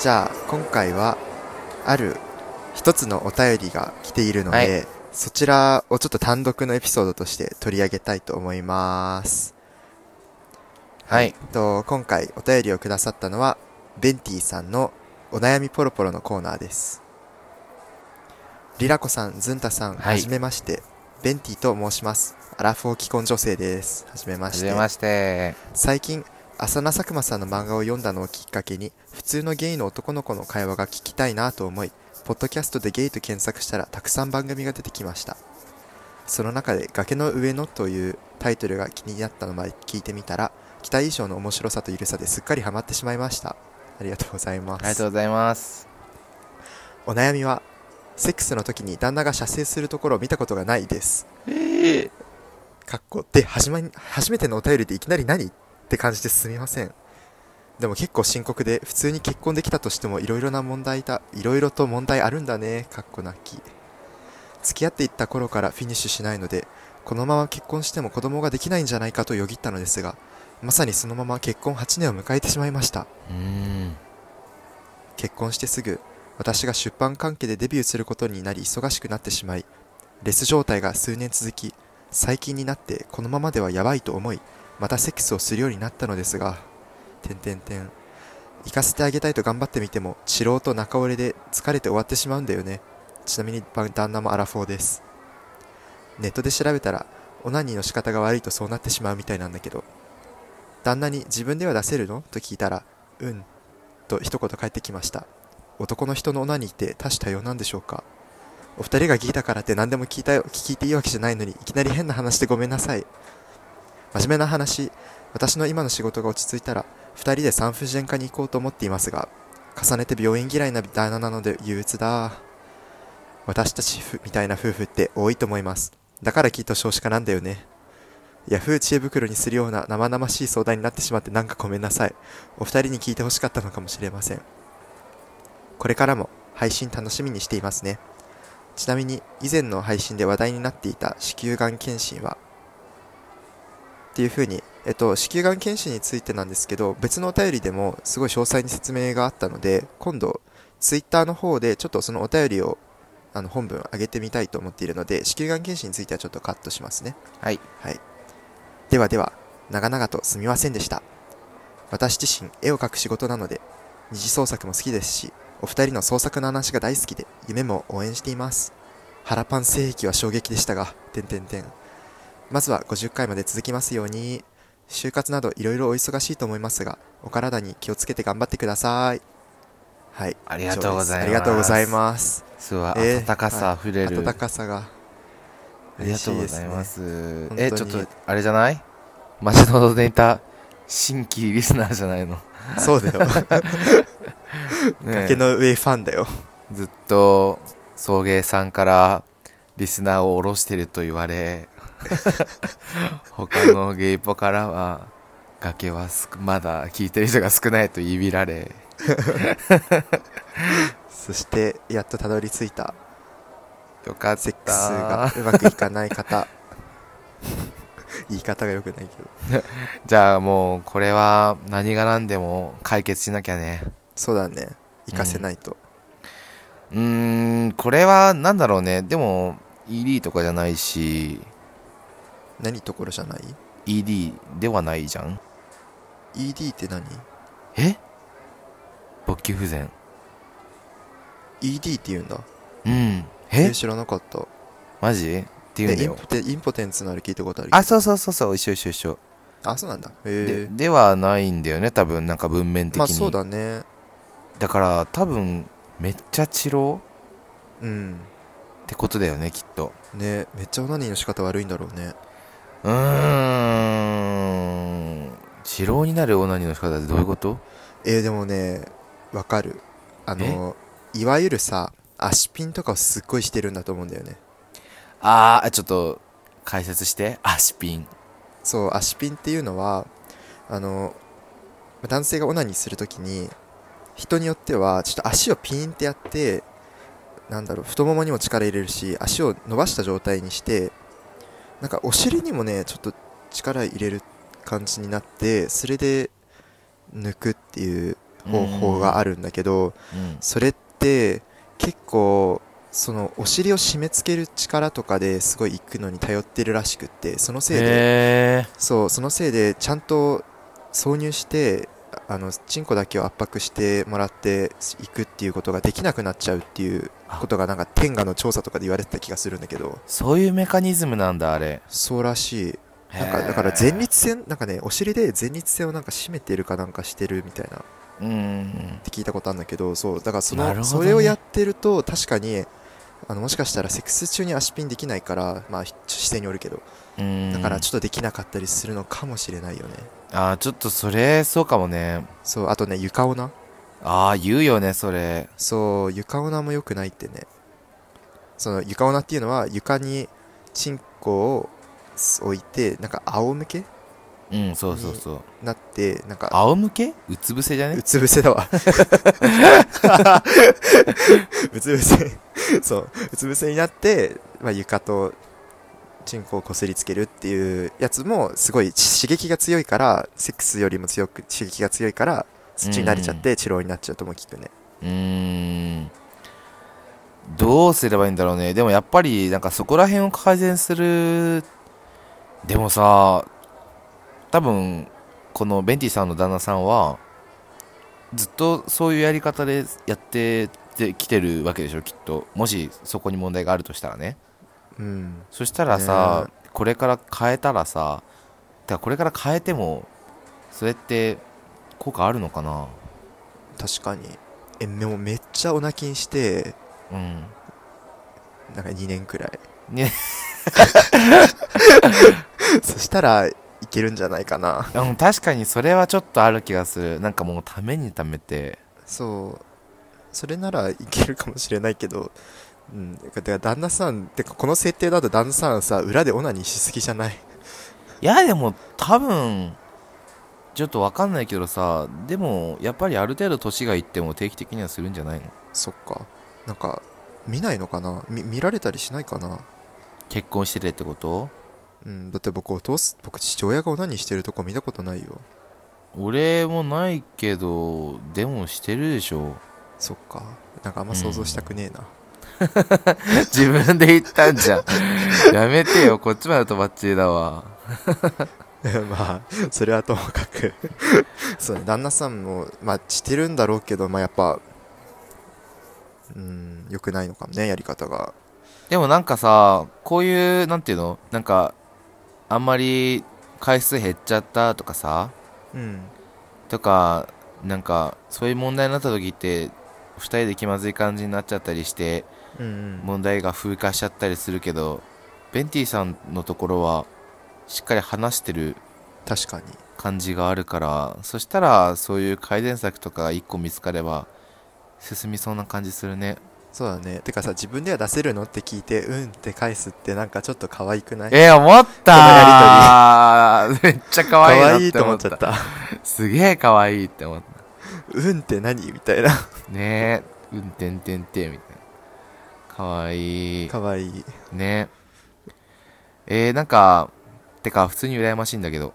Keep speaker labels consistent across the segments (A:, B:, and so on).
A: じゃあ今回はある一つのお便りが来ているので、
B: はい
A: そちらをちょっと単独のエピソードとして取り上げたいと思います。
B: は
A: え
B: い。
A: っと今回お便りをくださったのはベンティさんのお悩みポロポロのコーナーです。リラコさん、ズンタさん、
B: は
A: はいじめまして。ベンティと申します。アラフォー既婚女性です。はじめま
B: は
A: し
B: じ
A: て
B: め。まして。
A: 最近浅野佐久間さんの漫画を読んだのをきっかけに普通のゲイの男の子の会話が聞きたいなと思いポッドキャストでゲイと検索したらたくさん番組が出てきましたその中で「崖の上の」というタイトルが気になったのまで聞いてみたら期待以上の面白さと緩さですっかりハマってしまいましたありがとうございま
B: あ
A: す
B: りがとうございます。
A: お悩みはセックスの時に旦那が射精するところを見たことがないですかっこで始まり初めてのお便りでいきなり何って感じですみませんでも結構深刻で普通に結婚できたとしてもいろいろな問題だいろいろと問題あるんだねかっこなき付き合っていった頃からフィニッシュしないのでこのまま結婚しても子供ができないんじゃないかとよぎったのですがまさにそのまま結婚8年を迎えてしまいました
B: うーん。
A: 結婚してすぐ私が出版関係でデビューすることになり忙しくなってしまいレス状態が数年続き最近になってこのままではやばいと思いまたセックスをするようになったのですが点点点行かせてあげたいと頑張ってみても治療と中折れで疲れて終わってしまうんだよねちなみにば旦那もアラフォーですネットで調べたらオナニーの仕方が悪いとそうなってしまうみたいなんだけど旦那に自分では出せるのと聞いたらうんと一言返ってきました男の人のオナニーって多種多様なんでしょうかお二人が聞いたからって何でも聞いたよ聞いていいわけじゃないのにいきなり変な話でごめんなさい真面目な話私の今の仕事が落ち着いたら二人で産婦人科に行こうと思っていますが重ねて病院嫌いな旦那なので憂鬱だ私たちふみたいな夫婦って多いと思いますだからきっと少子化なんだよねヤフー知恵袋にするような生々しい相談になってしまってなんかごめんなさいお二人に聞いてほしかったのかもしれませんこれからも配信楽しみにしていますねちなみに以前の配信で話題になっていた子宮がん検診はっていうふうに、えっと、子宮がん検診についてなんですけど別のお便りでもすごい詳細に説明があったので今度ツイッターの方でちょっとそのお便りをあの本文上げてみたいと思っているので子宮がん検診についてはちょっとカットしますね
B: はい。
A: はい。ではでは、長々とすみませんでした。私自身、絵を描く仕事なので、二次創作も好きですし、お二人の創作の話が大好きで、夢も応援しています。腹パン性癖は衝撃でしたが、てんてんてん。まずは50回まで続きますように、就活などいろいろお忙しいと思いますが、お体に気をつけて頑張ってください。はい。
B: ありがとうございま
A: 以上であ
B: す
A: りがとうございます。
B: すごい
A: えー
B: 温かさあふれる。
A: 温かさが。
B: ありがとうございま
A: 本
B: す。
A: 当に
B: え、ちょっと、あれじゃない待ち望んでいた新規リスナーじゃ ないの。
A: そうだよ。
B: ね
A: 崖の上ファンだよ。
B: ずっと、送迎さんからリスナーを下ろしてると言 われ、他のゲイポからは、崖はすくまだ聞いてる人が少ないと言いびられ、
A: そして、やっとたどり着いた、
B: よかった。
A: セックスがうまくいかない方。 言い方が良くないけど。
B: じゃあもうこれは何が何でも解決しなきゃね。
A: そうだね。行かせないと。
B: うーん、これは何だろうね。でも ED とかじゃないし、
A: 何ところじゃない
B: ED ではないじゃん。
A: ?ED って何
B: え勃起不全。
A: ?ED って言うんだ。
B: うん。
A: え
B: え
A: 知らなかった。
B: マジっていうん
A: で
B: だ
A: イン
B: よ
A: ポ。テインポテンツなら聞いたことあるけど
B: あ、そうそうそうそう、一緒一緒一緒。
A: あ、そうなんだ。
B: で
A: へえ。
B: ではないんだよね、多分、なんか文面的に。
A: まあそうだね。
B: だから、多分、めっちゃ治療
A: うん。
B: ってことだよね、きっと。
A: ねめっちゃオナニーの仕方悪いんだろうね。
B: うーん。治療になるオナニーの仕方ってどういうこと
A: えー、でもねわかるあのいわゆるさ足ピンとかをすっごいしてるんだと思うんだよね
B: あー、ちょっと、解説して。足ピン。
A: そう足ピンっていうのはあの男性がオナニーするときに人によってはちょっと足をピンってやってなんだろう太ももにも力入れるし足を伸ばした状態にしてなんかお尻にもねちょっと力入れる感じになってそれで抜くっていう方法があるんだけど、
B: うん
A: それって結構そのお尻を締め付ける力とかですごい行くのに頼ってるらしくってそのせいで
B: へえ
A: そうそのせいでちゃんと挿入してああのチンコだけを圧迫してもらっていくっていうことができなくなっちゃうっていうことがなんか天下の調査とかで言われてた気がするんだけど
B: そういうメカニズムなんだあれ
A: そうらしいなんかだから前立腺なんかねお尻で前立腺をなんか締めてるかなんかしてるみたいなっ
B: うん
A: て聞いたことあるんだけどそうだからそ
B: な
A: の、
B: るほど
A: そ
B: ね
A: れをやってると確かにあのもしかしたらセックス中に足ピンできないからまあひ姿勢によるけど
B: うん
A: だからちょっとできなかったりするのかもしれないよね
B: あーちょっとそれそうかもね
A: そうあとね床をな
B: ああ言うよねそれ
A: そう床オナも良くないってねその床オナっていうのは床にチンコを置いてなんか仰向け
B: うんそうそうそう
A: なってなんか
B: 仰向けうつ伏せじゃね
A: うつ伏せだわ うつ伏せそううつ伏せになって、まあ、床とチンコをこすりつけるっていうやつもすごい刺激が強いからセックスよりも強く刺激が強いから土に慣れちゃって治療になっちゃうとも聞くね
B: うーんどうすればいいんだろうねでもやっぱりなんかそこら辺を改善するでもさ多分このベンティさんの旦那さんはずっとそういうやり方でやってきてるわけでしょきっともしそこに問題があるとしたらね
A: うん
B: そしたらさ、これから変えたらさてかこれから変えてもそれって効果あるのかな
A: 確かにえでもめっちゃオナキンして
B: うん
A: なんか2年くらい
B: ね
A: そしたらいけるんじゃないかな
B: うん、確かにそれはちょっとある気がするなんかもうためにためて
A: そうそれならいけるかもしれないけどうんだから旦那さんてかこの設定だと旦那さんさ裏でオナニーしすぎじゃない
B: いやでも多分ちょっとわかんないけどさでもやっぱりある程度年がいっても定期的にはするんじゃないの
A: そっかなんか見ないのかなみ見られたりしないかな
B: 結婚しててってこと
A: うんだって僕お父す僕父親がオナニーしてるとこ見たことないよ
B: 俺もないけどでもしてるでしょ
A: そっかなんかあんま想像したくねえな、
B: 自分で言ったんじゃんやめてよこっちまでとばっちりだわ
A: まあそれはともかく そうね旦那さんもまあしてるんだろうけどまあやっぱうん良くないのかもねやり方が
B: でもなんかさこういうなんていうのなんかあんまり回数減っちゃったとかさ
A: うん
B: とかなんかそういう問題になった時って2人で気まずい感じになっちゃったりして
A: うんうん
B: 問題が風化しちゃったりするけどベンティさんのところはしっかり話してる
A: 確かに
B: 感じがあるからそしたらそういう改善策とかが1個見つかれば進みそうな感じするね
A: そうだねてかさ自分では出せるのって聞いてうんって返すってなんかちょっと可愛くない
B: えー、思ったーめっちゃ可
A: 可
B: 愛いな
A: 愛い
B: って
A: と
B: 思
A: 思
B: っ
A: っちゃ
B: た
A: った
B: すげえ可愛いって思った
A: うんって何みたいな
B: ねえうんてんてんてんみたいな可愛い
A: 可愛い
B: ねえー、なんかてか普通に羨ましいんだけど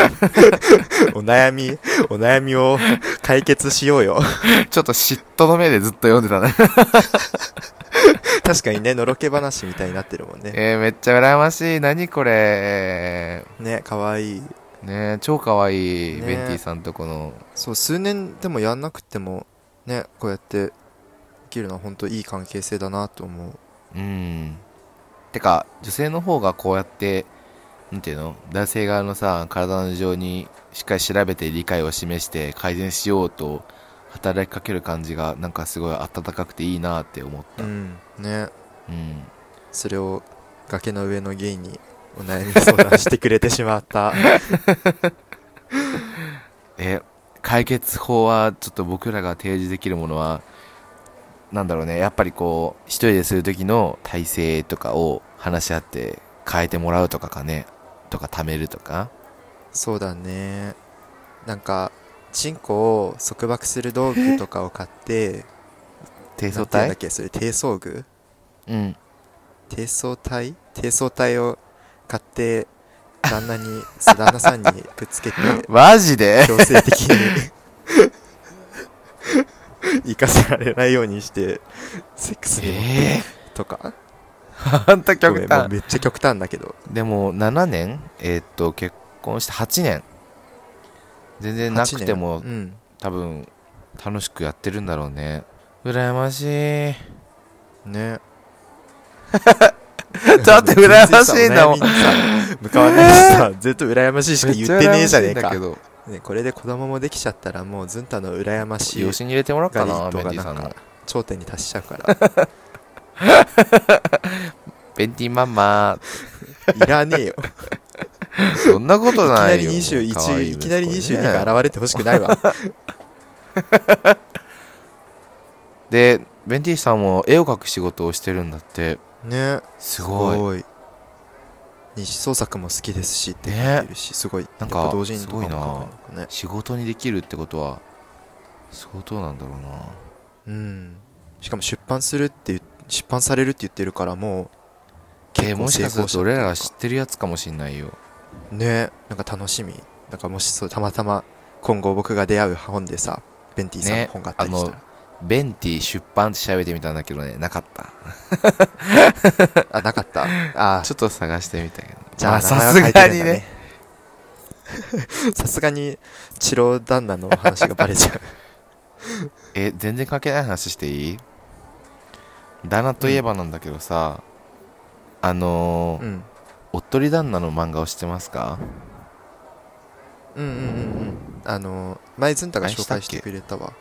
A: お悩み お悩みを解決しようよ
B: ちょっと嫉妬の目でずっと読んでたね
A: 確かにねのろけ話みたいになってるもんね
B: えー、めっちゃ羨ましい何これ
A: ね可愛い
B: ねえ超かわいい、
A: ねえ
B: ベンティさんとこの
A: そう数年でもやんなくてもねこうやってできるのは本当いい関係性だなと思う
B: うんてか女性の方がこうやってなんていうの男性側のさ体の事情にしっかり調べて理解を示して改善しようと働きかける感じがなんかすごい温かくていいなって思った、
A: んね
B: うん
A: それを崖の上のゲイにお悩み相談してくれてしまった
B: え解決法はちょっと僕らが提示できるものはなんだろうねやっぱりこう一人でする時の体制とかを話し合って変えてもらうとかかねとか貯めるとか
A: そうだねなんかチンコを束縛する道具とかを買って
B: 低層
A: なんて言うんだ
B: 体
A: っけそれ低層具
B: うん
A: 低層体低層体を買って旦那に旦那さんにくっつけて
B: マジで
A: 強制的に生かせられないようにしてセックスに持って
B: ええ
A: とか
B: ー、ほんと
A: ごめん
B: 極
A: もう
B: 端
A: めっちゃ極端だけど
B: でも7年えーっと結婚して8年全然なくても
A: 8年うん
B: 多分楽しくやってるんだろうね羨ましい
A: ね
B: ちょっと羨ましいなも
A: 全然さお悩
B: ん
A: みにさ向かわないし さずっと羨ましいしか言ってねえじゃねえ
B: めっち羨ましいんだ
A: か
B: け、ど
A: ね、これで子供もできちゃったらもうずんたの羨ましい
B: 養子に入れてもらおう
A: ガリ
B: かな
A: ット
B: ベン
A: が
B: ティ
A: な
B: さん
A: ん
B: の
A: か頂点に達しちゃうから
B: ベンティママ
A: いらねえよ
B: そんなこ
A: いき
B: と な
A: ないり
B: よ可愛
A: 21いきなり
B: 息子
A: 22
B: ね
A: が現れてほしくないわ
B: でベンティさんも絵を描く仕事をしてるんだって
A: ね
B: す
A: す
B: ごい
A: ごい日創作も好きですしって書いてるし、すごい
B: なんか
A: やっぱ同人とかも
B: すごい
A: 書
B: な
A: くのかね
B: 仕事にできるってことは相当なんだろうな
A: うんしかも出版するっていう出版されるって言ってるからも
B: えーもしかすると俺らが知ってるやつかもしんないよ
A: うねなんか楽しみなんかもしそうたまたま今後僕が出会う本でさベンティさんの
B: ね
A: 本があった
B: あ
A: りした
B: の
A: ら、
B: ベンティ出版って調べてみたんだけどねなかった
A: あなかったああ
B: ちょっと探してみたけど
A: じゃ
B: ま
A: あ
B: さ
A: 名前は
B: す
A: 書いて
B: が
A: るん
B: に
A: だ
B: ね
A: ね さすがに治郎旦那のお話がバレちゃう
B: え全然関係ない話していい旦那といえばなんだけどさ、あのー
A: うん
B: おっとり旦那の漫画を知ってますか
A: うんうんうんうんあの前ずんたが紹介してくれたわ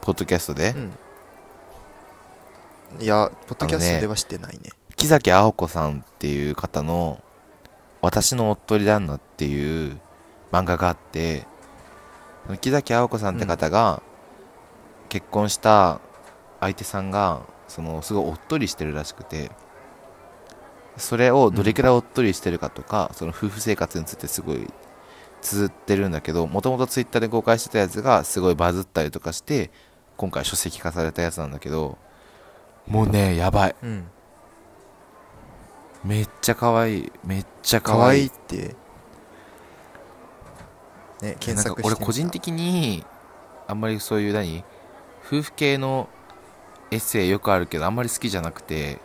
B: ポッドキャストで、
A: うん、いやポッドキャストではしてないね
B: 木崎青子さんっていう方の「私のおっとり旦那」っていう漫画があってその木崎青子さんって方が結婚した相手さんがそのすごいおっとりしてるらしくてそれをどれくらいおっとりしてるかとか、その夫婦生活についてすごい綴ってるんだけどもともとツイッターで公開してたやつがすごいバズったりとかして今回書籍化されたやつなんだけどもうねやばい
A: うん
B: めっちゃ可愛いめっちゃ可
A: 可愛
B: 愛
A: い
B: い
A: ってね
B: で
A: 検索してみた
B: なんか俺個人的にあんまりそういう何夫婦系のエッセイよくあるけどあんまり好きじゃなくて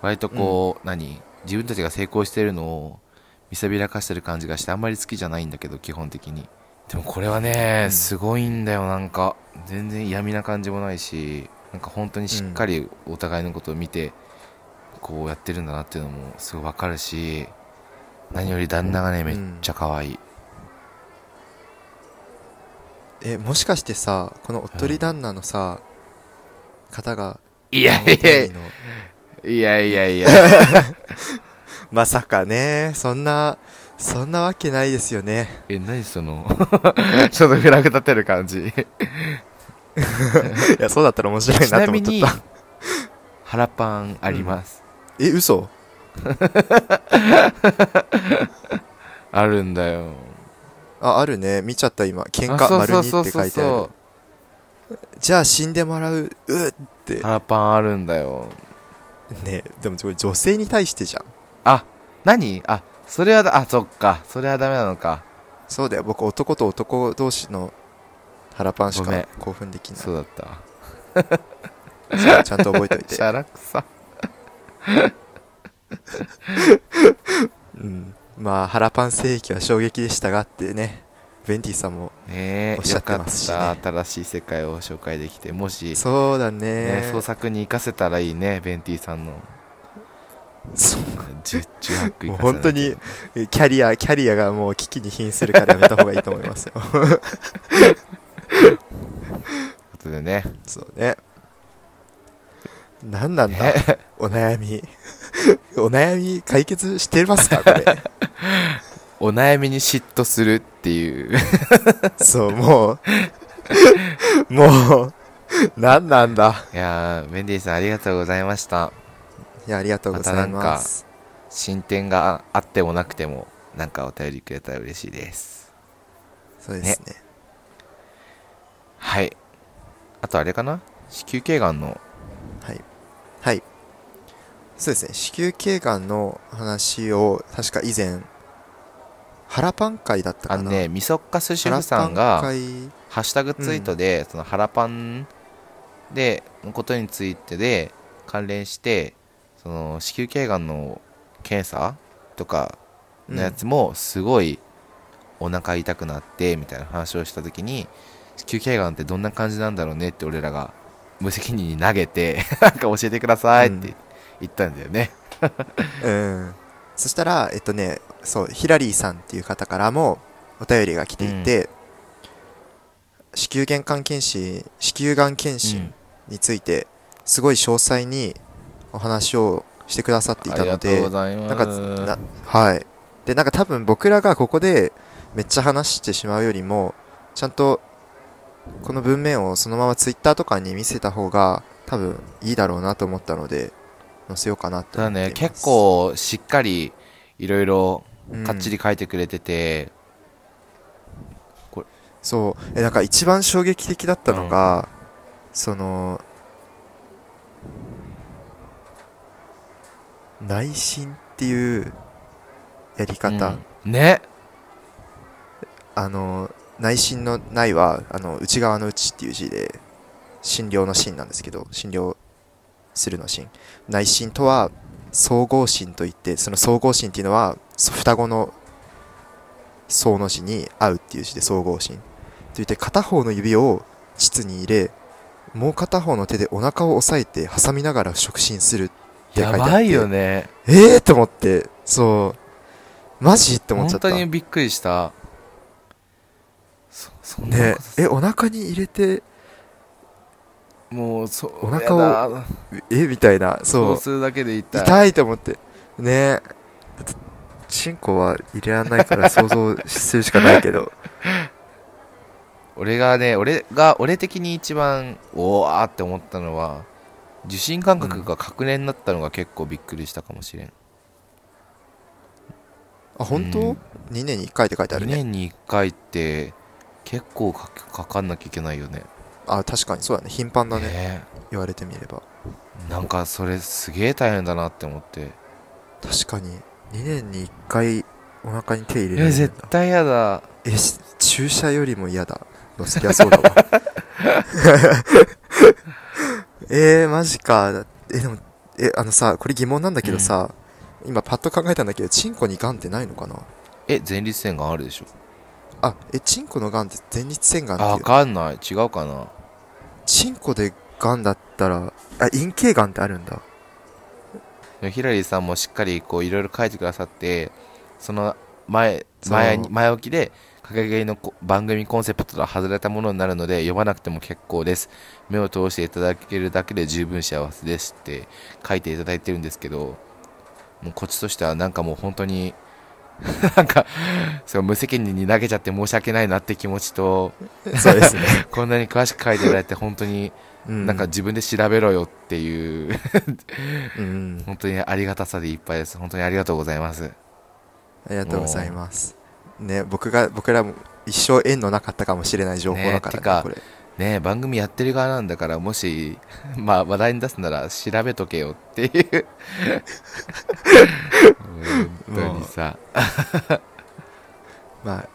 B: 割とこう、何自分たちが成功してるのを見せびらかしてる感じがしてあんまり好きじゃないんだけど基本的にでもこれはね、
A: うん
B: すごいんだよなんか全然闇な感じもないしなんか本当にしっかりお互いのことを見て、こうやってるんだなっていうのもすごいわかるし何より旦那がね、
A: ん
B: めっちゃ可愛い
A: えもしかしてさこのおっとり旦那のさ、方が
B: いやいやい
A: の
B: や、いやいやいや、
A: まさかねそんなそんなわけないですよね
B: え、何その、 ちょっとフラグ立てる感 じ。
A: いやそうだったら面白い
B: ち
A: な
B: な
A: と思
B: み
A: っとっ
B: に
A: た、
B: 腹パンあります。
A: え嘘
B: あるんだよ。
A: ああるね見ちゃった今喧
B: あ
A: 嘩
B: そう
A: 丸
B: そ
A: に
B: う
A: って
B: そ
A: 書
B: うそ
A: い
B: う
A: てあるじゃあ死んでもらううっって
B: 腹パンあるんだよ。
A: ねでもこれ女性に対してじゃん
B: あ、何あ、それはだ、あ、そっか。それはダメなのか。
A: そうだよ僕男と男同士の腹パンし
B: ごめん
A: か興奮できない
B: そうだった。
A: そうちゃんと覚えておい
B: シ
A: て、
B: ャラクサ。
A: うん、まあ腹パン性域は衝撃でしたがってねベンティさんも
B: ね
A: おっ
B: え、
A: しゃ
B: よ
A: って
B: かっ
A: ますしね
B: た。新しい世界を紹介できて、もし、
A: そうだ
B: ね
A: ね、
B: 創作に活かせたらいいね、ベンティさん の。
A: そう
B: 十中八九活かせな
A: もう
B: いと
A: 本当にキャリアキャリアがもう危機に瀕するからやめた方がいいと思い ますよ
B: ということでね。
A: そうね何なんだ
B: ね
A: お悩みお悩み解決してますかこ れ
B: お悩みに嫉妬するっていう
A: そうもうもう何なんだ
B: いやーメンディーさんありがとうございました
A: いやありがとうございます
B: 進展があってもなくてもなんかお便りくれたら嬉しいです
A: そうですね
B: はいあとあれかな子宮頸がんの
A: はいはいそうですね子宮頸がんの話を確か以前腹パン会だった
B: あ
A: か
B: の
A: な
B: ねみそっかす主婦
A: 腹
B: さ
A: パ
B: ん
A: ン
B: が
A: 会
B: ハッシュタグツイートで、その腹パンでのことについてで関連してその子宮頸がんの検査とかのやつもすごいお腹痛くなってみたいな話をした時に子宮頸がんってどんな感じなんだろうねって俺らが無責任に投げて なんか教えてくださいって言ったんだよね。
A: うん、そしたら、えっとね、そう、ヒラリーさんっていう方からもお便りが来ていて、子宮がん検診、子宮がん検診について、すごい詳細にお話をしてくださってい
B: あ
A: た
B: り
A: の
B: がとう
A: で
B: ご、ざいま
A: な
B: す。
A: んかな、はい。で、なんか多分僕らがここでめっちゃ話してしまうよりも、ちゃんとこの文面をそのままツイッターとかに見せた方が多分いいだろうなと思ったので、載せようかなと
B: ただ
A: 思ってい
B: ね
A: ます。
B: 結構しっかりいろいろ
A: うん、
B: かっちり書いてくれてて、
A: そう。え、なんか一番衝撃的だったのが、その、内心っていうやり方。
B: うんね
A: あの内心の内はあの内側の内っていう字で診療の診なんですけど診療するの診内心とは総合心といってその総合心っていうのはそ双子の総の字に合うっていう字で総合心といって片方の指を膣に入れもう片方の手でお腹を押さえて挟みながら触診するって書い
B: や
A: てあって
B: ばいよね
A: ええー、と思ってそうマジって思っちゃ
B: 本
A: った
B: 当にびっくりしたそそんな
A: ね
B: こ
A: えお腹に入れて
B: ともうそ
A: お腹を
B: やだ
A: えみたいなそ
B: そううするだけで痛い
A: 痛いと思ってねだってチンコは入れられない から想像するしかないけど
B: 俺がね俺が俺的に一番おわーって思ったのは受信感覚が確年になったのが結構びっくりしたかもしれん、
A: あ本当、
B: うん
A: 2年に1回って書いてあ
B: 2
A: るね
B: 年に1回って結構かかかんなきゃいけないよね
A: あ確かにそうだね頻繁だね
B: ね
A: 言われてみれば
B: なんかそれすげえ大変だなって思って
A: 確かに2年に1回お腹に手入れら
B: え
A: れる
B: 絶
A: んだ
B: 対やだ
A: えし注射よりも嫌だのそりゃそうだ わえー、マジかえでもえあのさこれ疑問なんだけどさ、今パッと考えたんだけどチンコに癌ってないのかな
B: え前立腺があるでしょ
A: あえチンコのがんって前立腺がんって
B: あ
A: い
B: わ
A: う
B: かんない違うかな
A: チンコでがんだったらあ陰茎がんってあるん だ
B: でもヒラリーさんもしっかりこういろいろ書いてくださってその前
A: そう
B: 前に前置きで掲げのこ番組コンセプトとは外れたものになるので読まなくても結構です目を通していただけるだけで十分幸せですって書いていただいてるんですけどもうこっちとしてはなんかもう本当に なんかそう無責任に投げちゃって申し訳ないなって気持ちと
A: そうですね、
B: こんなに詳しく書いていただいて本当に
A: う
B: なんか、自分で調べろよっていう
A: うん、
B: 本当にありがたさでいっぱいです。本当にありがとうございます。
A: ありがとうございますね僕が僕らも一生縁のなかったかもしれない情報だから
B: ねてか
A: これ
B: ねえ、番組やってる側なんだから、もし、 まあ話題に出すなら調べとけよって いう。本当にさ、
A: まあ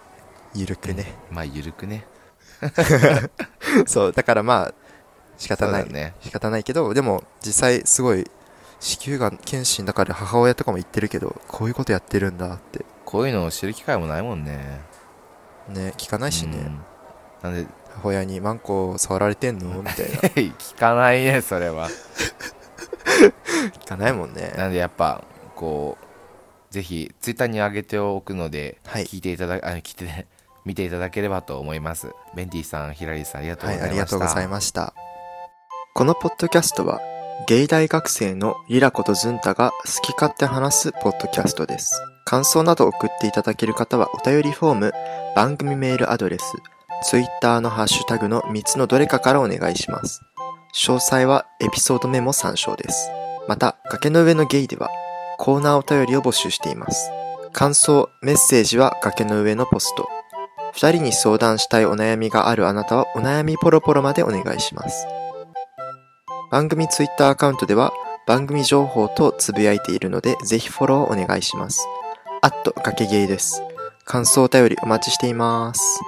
A: ゆるくね
B: まあゆるくね。
A: そうだからまあ仕
B: そ
A: 方
B: う
A: な
B: だ
A: い、
B: ね。
A: 仕方ないけどでも実際すごい子宮がん検診だから母親とかも言ってるけどこういうことやってるんだって
B: こういうのを知る機会もないもんね。
A: ね聞かないしね、
B: うんなんで、
A: 母親にマンコ触られてんのみたいな
B: 聞かないね、そ れは。
A: 聞かないもん ね
B: なんでやっぱ、こう、ぜひ、ツイッターに上げておくので、
A: はい
B: 聞いていただ、あ聞いて ね、見ていただければと思います。ベンティさん、ヒラリーさん、ありがとう
A: は
B: ご
A: い、あ
B: ざ
A: り
B: いました。
A: がとうございました。このポッドキャストは、ゲイ大学生のリラコとズンタが好き勝手話すポッドキャストです。感想など送っていただける方はお便りフォーム、番組メールアドレス、ツイッターのハッシュタグの3つのどれかからお願いします。詳細はエピソードメモ参照です。また、崖の上のゲイではコーナーお便りを募集しています。感想、メッセージは崖の上のポスト。二人に相談したいお悩みがあるあなたはお悩みポロポロまでお願いします。番組ツイッターアカウントでは番組情報とつぶやいているのでぜひフォローお願いします。あっと、かけゲイです。感想お便りお待ちしています。